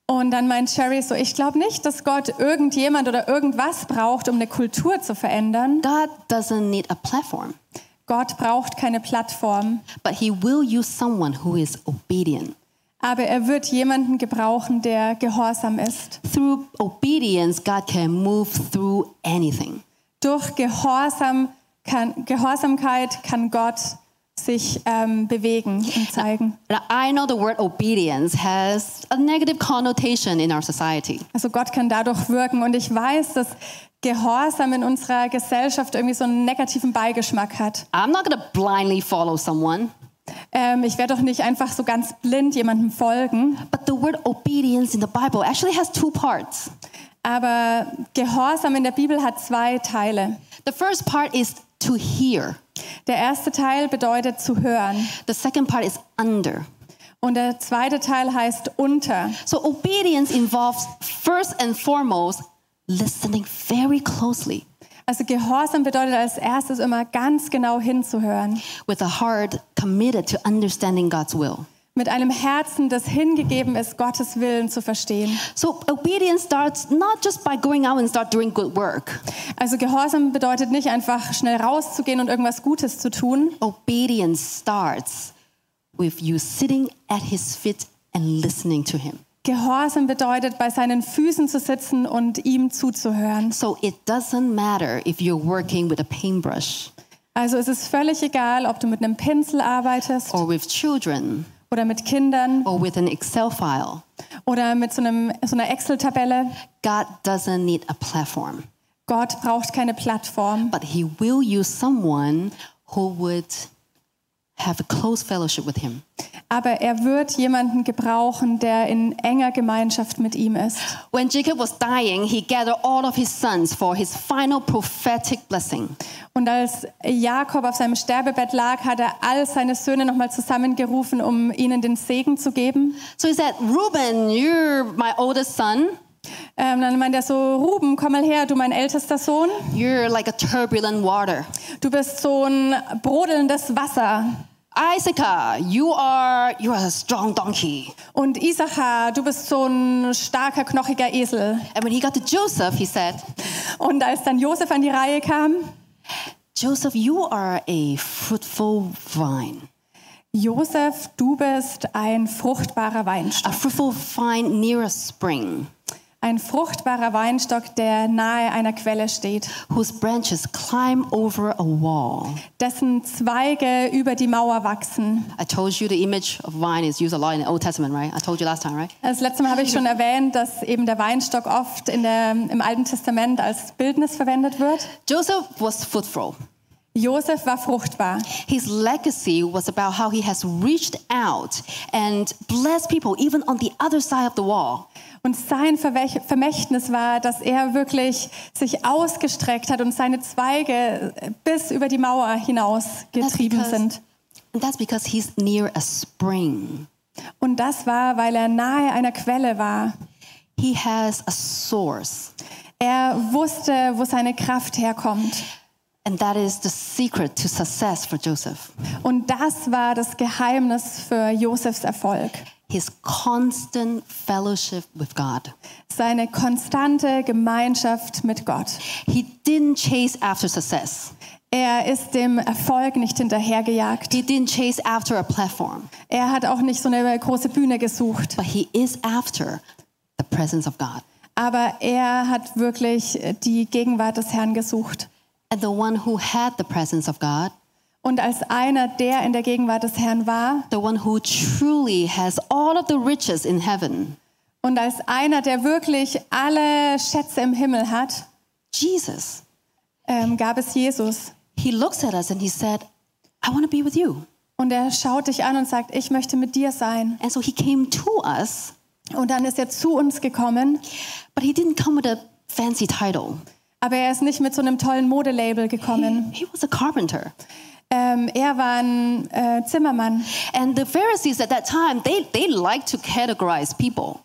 Und dann meint Sherry so, ich glaube nicht, dass Gott irgendjemand oder irgendwas braucht, um eine Kultur zu verändern.
God doesn't need a platform,
Gott braucht keine Plattform,
but He will use someone who is obedient.
aber er wird jemanden gebrauchen, der gehorsam ist.
Through obedience, God can move through anything.
durch Gehorsam kann, Gehorsamkeit kann Gott sich ähm, bewegen und zeigen.
Now, I know the word obedience has a negative connotation in our society.
Also Gott kann dadurch wirken. Und ich weiß, dass Gehorsam in unserer Gesellschaft irgendwie so einen negativen Beigeschmack hat.
I'm not going to blindly follow someone.
Ähm, ich werde doch nicht einfach so ganz blind jemandem folgen.
But the word obedience in the Bible actually has two parts.
Aber Gehorsam in der Bibel hat zwei Teile.
The first part is to hear,
Der erste Teil bedeutet zu hören
the second part is under.
und der zweite Teil heißt unter.
So obedience involves first and foremost listening very closely
Also Gehorsam bedeutet als erstes immer ganz genau hinzuhören.
with a heart committed to understanding God's will.
Mit einem Herzen, das hingegeben ist, Gottes Willen zu verstehen.
So obedience starts not just by going out and start doing good work.
Also Gehorsam bedeutet nicht einfach schnell rauszugehen und irgendwas Gutes zu tun.
Obedience starts with you sitting at his feet and listening to him.
Gehorsam bedeutet, bei seinen Füßen zu sitzen und ihm zuzuhören.
So it doesn't matter if you're working with a paintbrush
Also es ist völlig egal, ob du mit einem Pinsel arbeitest
or with children
oder mit Kindern
or with an Excel file.
oder mit so, einem, so einer Excel-Tabelle.
God doesn't need a platform,
Gott braucht keine Plattform.
but he will use someone who would have a close fellowship with him.
Aber er wird jemanden gebrauchen, der in enger Gemeinschaft mit ihm ist.
When Jacob was dying, he gathered all of his sons for his final prophetic blessing.
Und als Jakob auf seinem Sterbebett lag, hat er all seine Söhne nochmal zusammengerufen, um ihnen den Segen zu geben.
So he said, Reuben, you're my oldest son.
Ähm, dann meint er so, Ruben, komm mal her, du mein ältester Sohn.
You're like a turbulent water.
Du bist so ein brodelndes Wasser.
Isaac, you are you are a strong donkey.
Und Isachar, du bist so ein starker, knochiger Esel.
And when he got to Joseph, he said,
Und als dann Josef an die Reihe kam,
Joseph, you are a fruitful vine.
Josef, du bist ein fruchtbarer Weinstock.
A fruitful vine near a spring,
Ein fruchtbarer Weinstock, der nahe einer Quelle steht,
whose branches climb over a wall.
dessen Zweige über die Mauer wachsen.
I told you the image of vine is used a lot in the Old Testament, right? I told you last time, right?
Das letzte Mal habe ich schon erwähnt, dass eben der Weinstock oft in der, im Alten Testament als Bildnis verwendet wird.
Joseph was fruitful.
Josef war fruchtbar.
His legacy was about how he has reached out and blessed people even on the other side of the wall.
Und sein Verwech- Vermächtnis war, dass er wirklich sich ausgestreckt hat und seine Zweige bis über die Mauer hinaus getrieben sind.
that's because he's near a spring.
Und das war, weil er nahe einer Quelle war.
He has a source,
Er wusste, wo seine Kraft herkommt.
and that is the secret to success for Joseph.
Und das war das Geheimnis für Josefs Erfolg.
His constant fellowship with God.
Seine konstante Gemeinschaft mit Gott.
He didn't chase after success.
Er ist dem Erfolg nicht hinterhergejagt.
He didn't chase after a platform,
Er hat auch nicht so eine große Bühne gesucht.
but he is after the presence of God.
Aber er hat wirklich die Gegenwart des Herrn gesucht.
And the one who had the presence of God,
Und als einer, der in der Gegenwart des Herrn war,
the one who truly has all of the riches in heaven,
und als einer, der wirklich alle Schätze im Himmel hat,
Jesus,
ähm, gab es Jesus.
he looks at us and he said, I want to be with you.
Und er schaut dich an und sagt, ich möchte mit dir sein.
And so he came to us,
Und dann ist er zu uns gekommen
but he didn't come with a fancy title.
Aber er ist nicht mit so einem tollen Modelabel gekommen.
He was a carpenter.
Ähm, er war ein äh, Zimmermann.
And the Pharisees at that time, they, they liked to categorize people.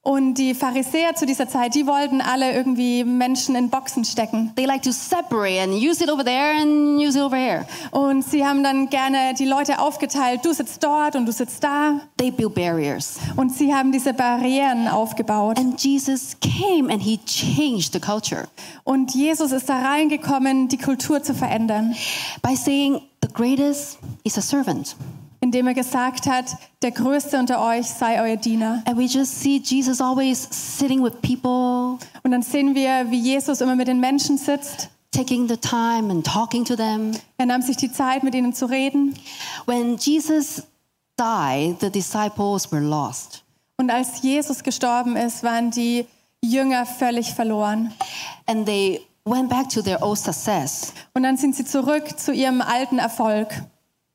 Und die Pharisäer zu dieser Zeit, die wollten alle irgendwie Menschen in Boxen stecken.
They like to separate and use it over there and use it over here.
Und sie haben dann gerne die Leute aufgeteilt. Du sitzt dort und du sitzt da.
They built barriers.
Und sie haben diese Barrieren aufgebaut.
And Jesus came and he changed the culture
Und Jesus ist da reingekommen, die Kultur zu verändern,
by saying, The greatest is a servant.
indem er gesagt hat, der Größte unter euch sei euer Diener.
And we just see Jesus always sitting with people,
Und dann sehen wir, wie Jesus immer mit den Menschen sitzt.
taking the time and talking to them.
Er nahm sich die Zeit, mit ihnen zu reden.
When Jesus died, the disciples were lost.
Und als Jesus gestorben ist, waren die Jünger völlig verloren.
and they went back to their old success.
Und dann sind sie zurück zu ihrem alten Erfolg.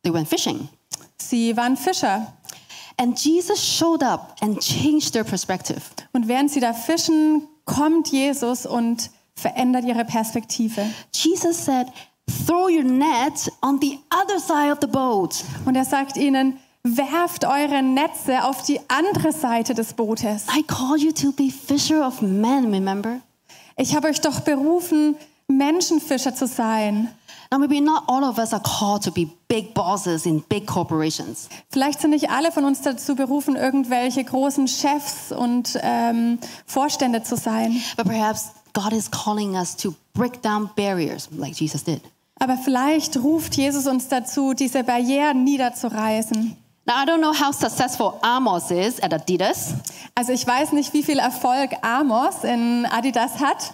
They went fishing.
Sie waren Fischer.
And Jesus showed up and changed their perspective.
Und während sie da fischen, kommt Jesus und verändert ihre Perspektive.
Jesus said, Throw your net on the other side of the boat.
Und er sagt ihnen, werft eure Netze auf die andere Seite des Bootes.
I called you to be fisher of men, remember?
Ich habe euch doch berufen, Menschenfischer zu sein.
Now, maybe not all of us are called to be big bosses in big corporations,
Vielleicht sind nicht alle von uns dazu berufen, irgendwelche großen Chefs und ähm, Vorstände zu sein.
but perhaps God is calling us to break down barriers like Jesus did.
Aber vielleicht ruft Jesus uns dazu, diese Barrieren niederzureißen.
Now, I don't know how successful Amos is at Adidas,
Also ich weiß nicht, wie viel Erfolg Amos in Adidas hat.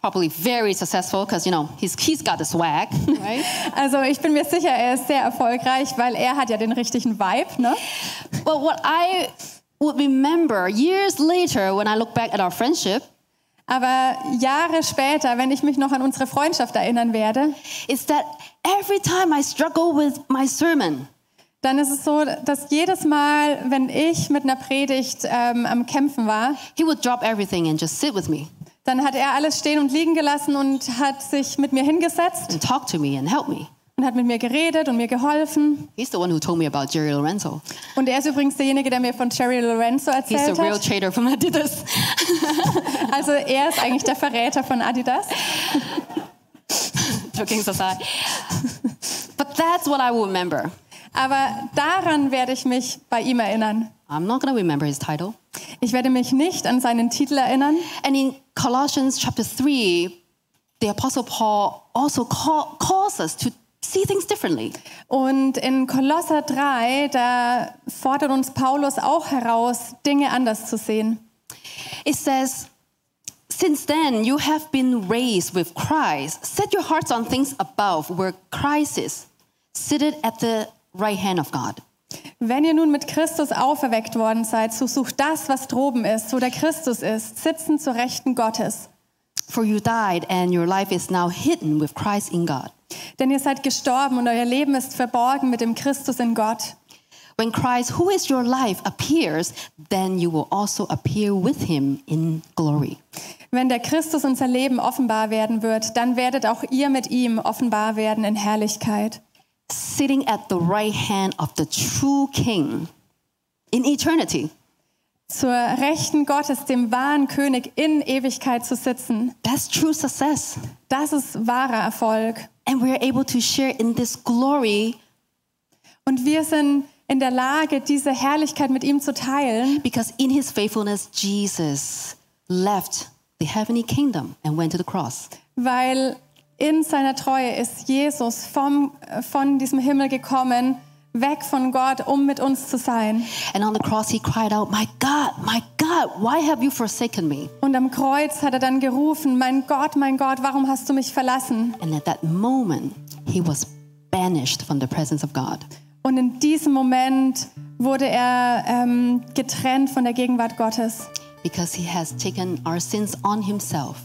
probably very successful because, you know, he's, he's got the swag, right?
Also ich bin mir sicher, er ist sehr erfolgreich, weil er hat ja den richtigen Vibe. Ne?
But what I would remember years later when I look back at our friendship
Aber Jahre später, wenn ich mich noch an unsere Freundschaft erinnern werde,
is that every time I struggle with my sermon,
dann ist es so, dass jedes Mal, wenn ich mit einer Predigt ähm, am Kämpfen war,
he would drop everything and just sit with me
dann hat er alles stehen und liegen gelassen und hat sich mit mir hingesetzt
and talk to me and help me.
und hat mit mir geredet und mir geholfen.
He's the one who told me about Jerry Lorenzo.
Und er ist übrigens derjenige, der mir von Jerry Lorenzo
He's the
erzählt
real
hat.
traitor from Adidas.
Also er ist eigentlich der Verräter von Adidas.
Joking aside. But that's what I will remember.
Aber daran werde ich mich bei ihm erinnern.
I'm not going to remember his title.
Ich werde mich nicht an seinen Titel erinnern.
And in Colossians chapter 3, the Apostle Paul also call, calls us to see things differently.
Und in Kolosser 3, da fordert uns Paulus auch heraus, Dinge anders zu sehen.
It says, Since then you have been raised with Christ. Set your hearts on things above, where Christ is, seated at the right hand of God.
Wenn ihr nun mit Christus auferweckt worden seid, so sucht das, was droben ist, wo der Christus ist, sitzen zur Rechten Gottes.
For you died, and your life is now hidden with Christ in God.
Denn ihr seid gestorben und euer Leben ist verborgen mit dem Christus in Gott.
When Christ, who is your life, appears, then you will also appear with him in glory.
Wenn der Christus unser Leben offenbar werden wird, dann werdet auch ihr mit ihm offenbar werden in Herrlichkeit.
Sitting at the right hand of the true King in eternity.
Zur Rechten Gottes, dem wahren König, in Ewigkeit zu sitzen,
That's true success.
das ist wahrer Erfolg.
And we're able to share in this glory
Und wir sind in der Lage, diese Herrlichkeit mit ihm zu teilen,
Because in his faithfulness, Jesus left the heavenly kingdom and went to the cross.
weil in seiner Treue ist Jesus vom, von diesem Himmel gekommen, weg von Gott, um mit uns zu sein.
And on the cross, he cried out, My God, my God, why have you forsaken me?
Und am Kreuz hat er dann gerufen, mein Gott, mein Gott, warum hast du mich verlassen?
And at that moment, he was banished from the presence of God.
Und in diesem Moment wurde er ähm, getrennt von der Gegenwart Gottes,
Because he has taken our sins on himself.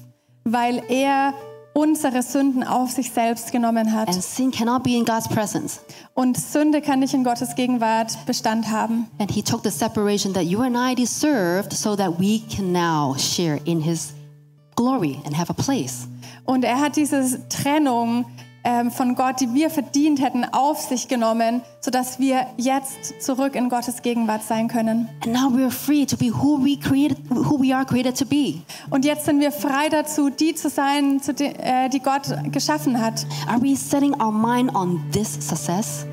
weil er unsere Sünden auf sich selbst genommen hat.
And sin cannot be in God's presence.
Und Sünde kann nicht in Gottes Gegenwart Bestand haben.
And he took the separation that you and I deserved so that we can now share in his glory and have a place.
Und er hat diese Trennung ähm, von Gott, die wir verdient hätten, auf sich genommen, sodass wir jetzt zurück in Gottes Gegenwart sein können.
And now we're free to be who we created, who we are created to be.
Und jetzt sind wir frei dazu, die zu sein, zu de, äh, die Gott geschaffen hat.
Are we setting our mind on this success?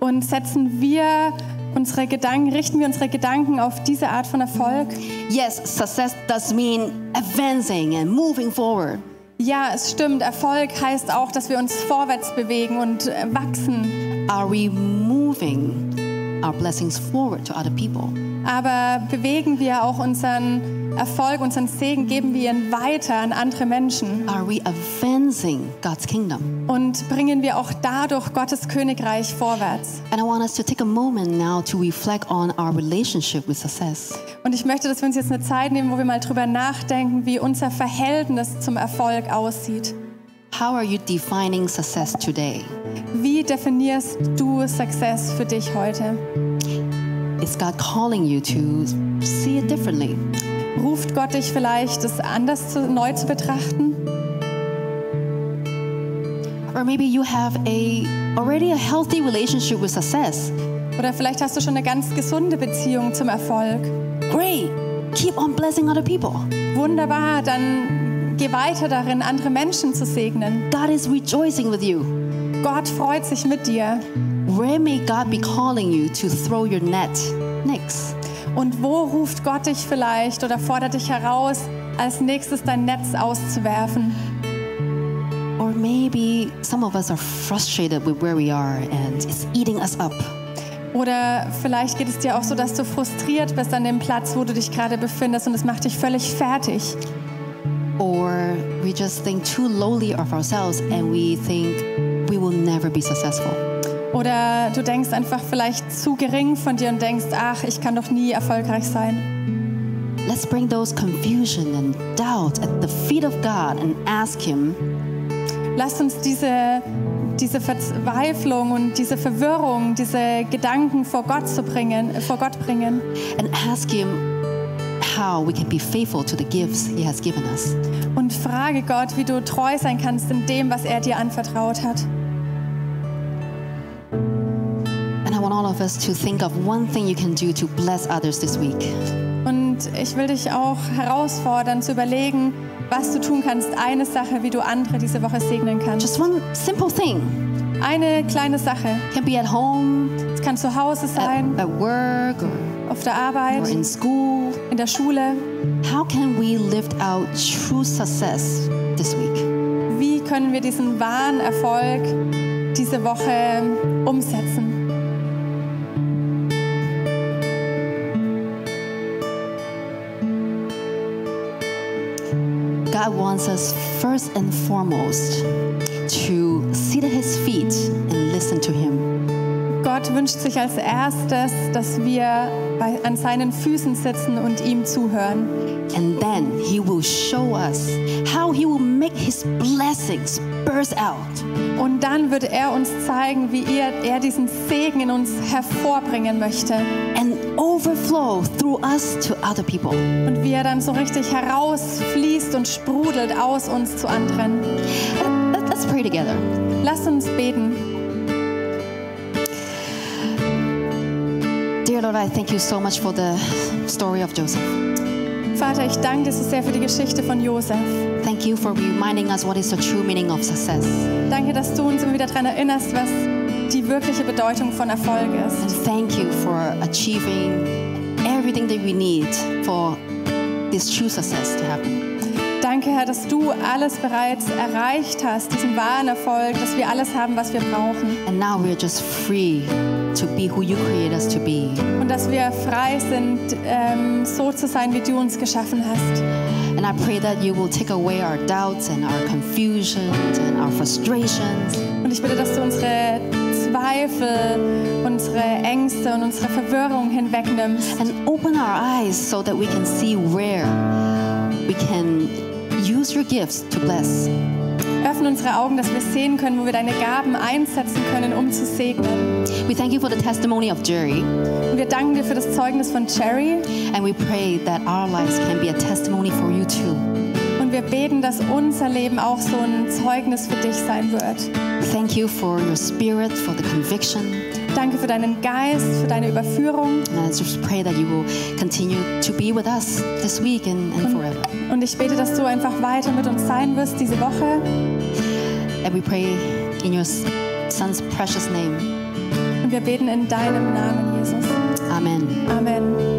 Und setzen wir unsere Gedanken, richten wir unsere Gedanken auf diese Art von Erfolg?
Yes, success does mean advancing and moving forward.
Ja, es stimmt. Erfolg heißt auch, dass wir uns vorwärts bewegen und äh, wachsen.
Are we moving our blessings forward to other people?
Aber bewegen wir auch unseren Erfolg, unseren Segen, geben wir ihn weiter an andere Menschen.
Are we advancing God's kingdom?
und bringen wir auch dadurch Gottes Königreich vorwärts.
And I want us to take a moment now to reflect on our relationship with success.
Und ich möchte, dass wir uns jetzt eine Zeit nehmen, wo wir mal drüber nachdenken, wie unser Verhältnis zum Erfolg aussieht.
How are you defining success today?
Wie definierst du Success für dich heute?
Is God calling you to see it differently?
Ruft Gott dich vielleicht, es anders zu, neu zu betrachten?
Or maybe you have a already a healthy relationship with success.
Oder vielleicht hast du schon eine ganz gesunde Beziehung zum Erfolg.
Great. Keep on blessing other people.
Wunderbar, dann geh weiter darin, andere Menschen zu segnen.
God is rejoicing with you.
Gott freut sich mit dir.
Where may God be calling you to throw your net next?
Und wo ruft Gott dich vielleicht oder fordert dich heraus, als nächstes dein Netz auszuwerfen?
Or maybe some of us are frustrated with where we are and it's eating us up.
Oder vielleicht geht es dir auch so, dass du frustriert bist an dem Platz, wo du dich gerade befindest und es macht dich völlig fertig.
Or we just think too lowly of ourselves and we think we will never be successful.
Oder du denkst einfach vielleicht zu gering von dir und denkst, ach, ich kann doch nie erfolgreich sein.
Let's bring those confusion and doubt at the feet of God and ask Him,
Lasst uns diese, diese Verzweiflung und diese Verwirrung, diese Gedanken vor Gott, zu bringen, äh, vor Gott bringen
and ask Him how we can be faithful to the gifts He has given us.
und frage Gott, wie du treu sein kannst in dem, was er dir anvertraut hat.
And I want all of us to think of one thing you can do to bless others this week.
Und ich will dich auch herausfordern, zu überlegen, was du tun kannst. Eine Sache, wie du andere diese Woche segnen kannst.
Just one simple thing.
Eine kleine Sache.
can be at home,
Es kann zu Hause sein,
at, at work, or,
auf der
or
Arbeit,
in school.
in der Schule.
How can we lift out true success this week?
Wie können wir diesen wahren Erfolg diese Woche umsetzen?
God wants us first and foremost to sit at His feet and listen to Him.
Gott wünscht sich als erstes, dass wir bei, an seinen Füßen sitzen und ihm zuhören.
And then He will show us how He will make His blessings burst out.
Und dann wird er uns zeigen, wie er, er diesen Segen in uns hervorbringen möchte.
and overflow through us to other people.
Und wie er dann so richtig herausfließt und sprudelt aus uns zu anderen.
Let- Let's pray together.
Lasst uns beten.
Dear Lord, I thank you so much for the story of Joseph.
Vater, ich danke dir so sehr für die Geschichte von Josef.
Thank you for reminding us what is the true meaning of success.
Danke, dass du uns immer wieder daran erinnerst, was die wirkliche Bedeutung von Erfolg ist.
And thank you for achieving everything that we need for this true success to happen.
Danke, Herr, dass du alles bereits erreicht hast, diesen wahren Erfolg, dass wir alles haben, was wir brauchen.
And now we're just free to be who you create us to be.
Und dass wir frei sind, ähm, so zu sein, wie du uns geschaffen hast.
And I pray that you will take away our doubts and our confusions and our frustrations.
Und ich bitte, dass du unsere Zweifel, unsere Ängste und unsere Verwirrung hinwegnimmst.
and open our eyes so that we can see where we can use your gifts to bless.
Öffne unsere Augen, dass wir sehen können, wo wir deine Gaben einsetzen können, um zu segnen.
We thank you for the testimony of Jerry,
Und wir danken dir für das Zeugnis von Cherry.
and we pray that our lives can be a testimony for you too.
Und wir beten, dass unser Leben auch so ein Zeugnis für dich sein wird.
Thank you for your spirit, for the conviction,
Danke für deinen Geist, für deine Überführung.
and I just pray that you will continue to be with us this week and, and forever.
Und ich bete, dass du einfach weiter mit uns sein wirst diese Woche.
And we pray in your son's precious name.
Und wir beten in deinem Namen, Jesus.
Amen.
Amen.